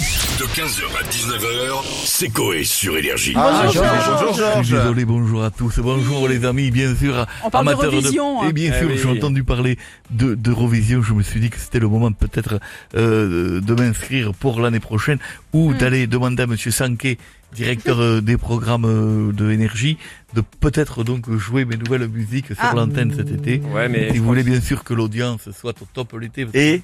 De 15h à 19h, c'est Coé sur Énergie. Ah, Bonjour, Georges, Georges. Je bonjour, suis Georges. désolé, bonjour à tous, bonjour les amis, bien sûr, On parle amateurs d'Eurovision, hein. Et bien Eh sûr, oui. j'ai entendu parler de d'Eurovision, je me suis dit que c'était le moment peut-être euh, de m'inscrire pour l'année prochaine ou d'aller demander à monsieur Sanquet, directeur euh, des programmes euh, de énergie, de peut-être donc jouer mes nouvelles musiques sur Ah. l'antenne cet été. Ouais, mais. Si vous voulez bien sûr que l'audience soit au top l'été, parce que Et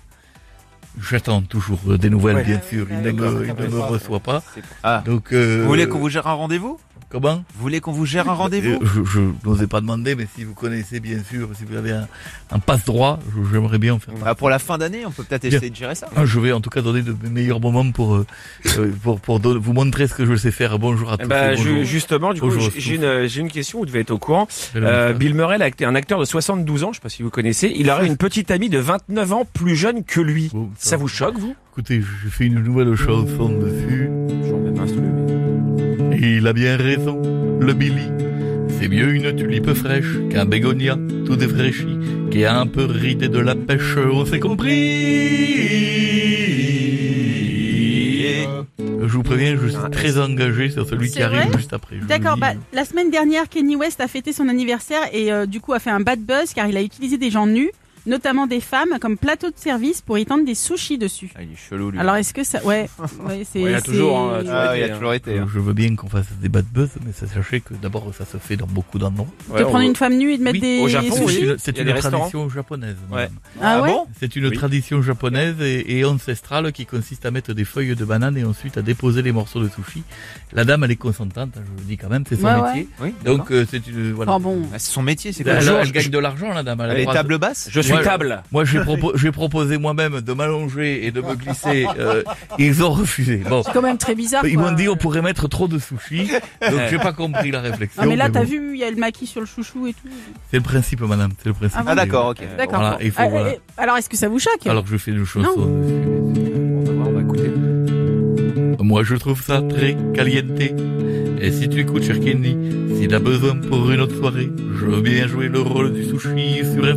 j'attends toujours euh, des nouvelles, Ouais. bien sûr, il ne D'accord, me, ça il ne fait me pas. reçoit pas. Ah. Donc, euh, Vous voulez qu'on vous gère un rendez-vous Comment Vous voulez qu'on vous gère un rendez-vous Euh, Je, je n'osais pas demander, mais si vous connaissez bien sûr, si vous avez un, un passe droit, je- j'aimerais bien en faire. Ah, Pour la fin d'année, on peut peut-être Bien. essayer de gérer ça. Ah, Je vais en tout cas donner de mes meilleurs moments pour euh, euh, pour, pour don- vous montrer ce que je sais faire. Bonjour à Eh tous. ben, et ju- bonjour. justement, du coup, Bonjour, j'ai- Stouff. j'ai une, euh, j'ai une question, vous devez être au courant. Je vais Euh, le mettre. Bill Murray, l'act- un acteur de 72 ans, je sais pas si vous connaissez, il aurait une petite amie de 29 ans plus jeune que lui. Bon, Ça vous choque, vous Écoutez, j'ai fait une nouvelle chanson dessus. Et il a bien raison, le Billy. C'est mieux une tulipe fraîche qu'un bégonia tout défraîchi qui a un peu ridé de la pêche. On s'est compris. Je vous préviens, je suis très engagé sur celui qui C'est arrive vrai juste après. Je vous D'accord, le bah, dis. la semaine dernière, Kenny West a fêté son anniversaire et euh, du coup a fait un bad buzz car il a utilisé des gens nus, notamment des femmes, comme plateau de service pour y tendre des sushis dessus. Ah, il est chelou, lui. Alors est-ce que ça... Ouais, ouais c'est... Ouais, il y a c'est- toujours, hein, tu vois. Ah, il a toujours été. Euh, hein. Je veux bien qu'on fasse des bad buzz, mais sachez que d'abord ça se fait dans beaucoup d'endroits. De prendre une femme nue et de mettre Oui, des... au Japon, des oui. C'est sushis une- Il C'est y a une des restaurants. tradition japonaise. Ouais. madame. Ah ouais bon C'est une Oui. tradition japonaise et, et ancestrale qui consiste à mettre des feuilles de banane et ensuite à déposer les morceaux de sushi. La dame, elle est consentante, hein, je vous le dis quand même, c'est son Ouais, ouais. métier. Oui, Donc euh, c'est une voilà. Enfin Oh, bon... Ah, c'est son métier, Elle, c'est quoi Ah, elle- Georges, elle gagne de l'argent, la dame. Elle Elle est croise- table basse Je suis Ouais. table. Moi, j'ai propo- j'ai proposé moi-même de m'allonger et de me glisser. euh, ils ont refusé. Bon, C'est quand même très bizarre. ils quoi. m'ont dit on pourrait mettre trop de sushi. Donc j'ai pas compris la réflexion. Non Ah, mais là mais t'as bon. vu, il y a le maquis sur le chouchou et tout. C'est le principe, madame. C'est le principe. Ah bon Ah, d'accord, ok. D'accord. Voilà, bon. il faut, Ah, voilà. et- Alors est-ce que ça vous choque Alors que je fais une chanson. dessus. On va voir, on va écouter. Moi je trouve ça très caliente. Et si tu écoutes, cher Kenny, s'il a besoin pour une autre soirée, je veux bien jouer le rôle du sushi sur un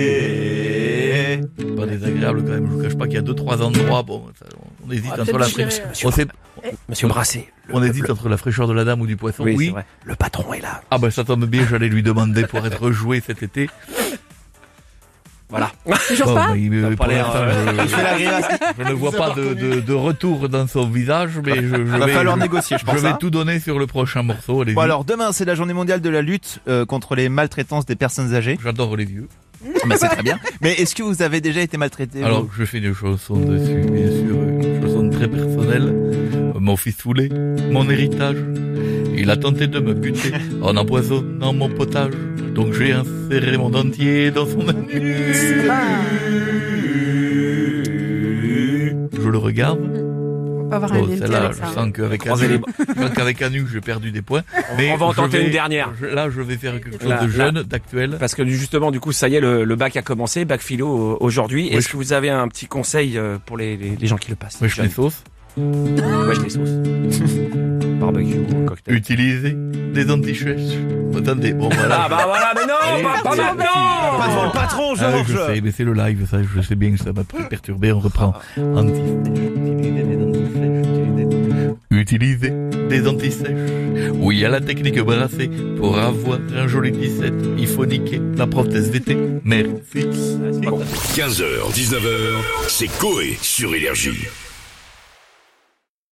fessier. Pas désagréable quand même, je vous cache pas qu'il y a deux trois endroits, bon, ça, on hésite Ah, entre peut-être la digérer, fraîcheur. ouais. On, sait- Monsieur Brassé. on hésite entre la fraîcheur de la dame ou du poisson. Oui, Oui. c'est vrai. Le patron est là. Ah ben ça tombe bien, j'allais lui demander pour être rejoué cet été. Voilà. Toujours Bon, pas bah, il- pour l'air, l'instant, euh, Il fait la grimace. je, je ne vois pas de, de- de retour dans son visage, mais je, je Il va vais- falloir je- négocier, je pense. Je vais hein. tout donner sur le prochain morceau, allez-y. Bon, alors, demain, c'est la journée mondiale de la lutte euh, contre les maltraitances des personnes âgées. J'adore les vieux. Bah, c'est très bien. Mais est-ce que vous avez déjà été maltraité Alors, vous je fais des chansons dessus, bien sûr, une chanson très personnelle. Euh, Mon fils foulé, mon héritage. Il a tenté de me buter en empoisonnant mon potage. Donc j'ai inséré mon dentier dans son anus. Ah, Je le regarde. On va avoir un Bon, DLT celle-là, avec je ça. sens qu'avec Croisez Anu, les je sens qu'avec Anu, j'ai perdu des points. on va en je tenter vais- une dernière. je- là, je vais faire quelque chose Là, de là. jeune, d'actuel. Parce que justement, du coup, ça y est, le, le bac a commencé, bac philo euh, aujourd'hui. Oui, Est-ce je- que vous avez un petit conseil euh, pour les, les- les gens qui le passent Moi, je fais sauce. Wesh, les sauces. Barbecue, cocktail. Utiliser des antichèches. Attendez, bon voilà. Ah bah voilà, mais Allez, non, pas, pas c'est maintenant parti. Patron, patron, Ah oui, je Georges sais, mais c'est le live, ça, je sais bien que ça m'a per- perturbé, on reprend. Anti-sèche, utiliser des anti-sèches, utiliser- Utiliser des anti-sèches. Oui, il y a la technique brassée. Pour avoir un joli 17, il faut niquer la prothèse VT. Merci. Ah, c'est pas bon. 15h, 19h, c'est Coé sur Énergie.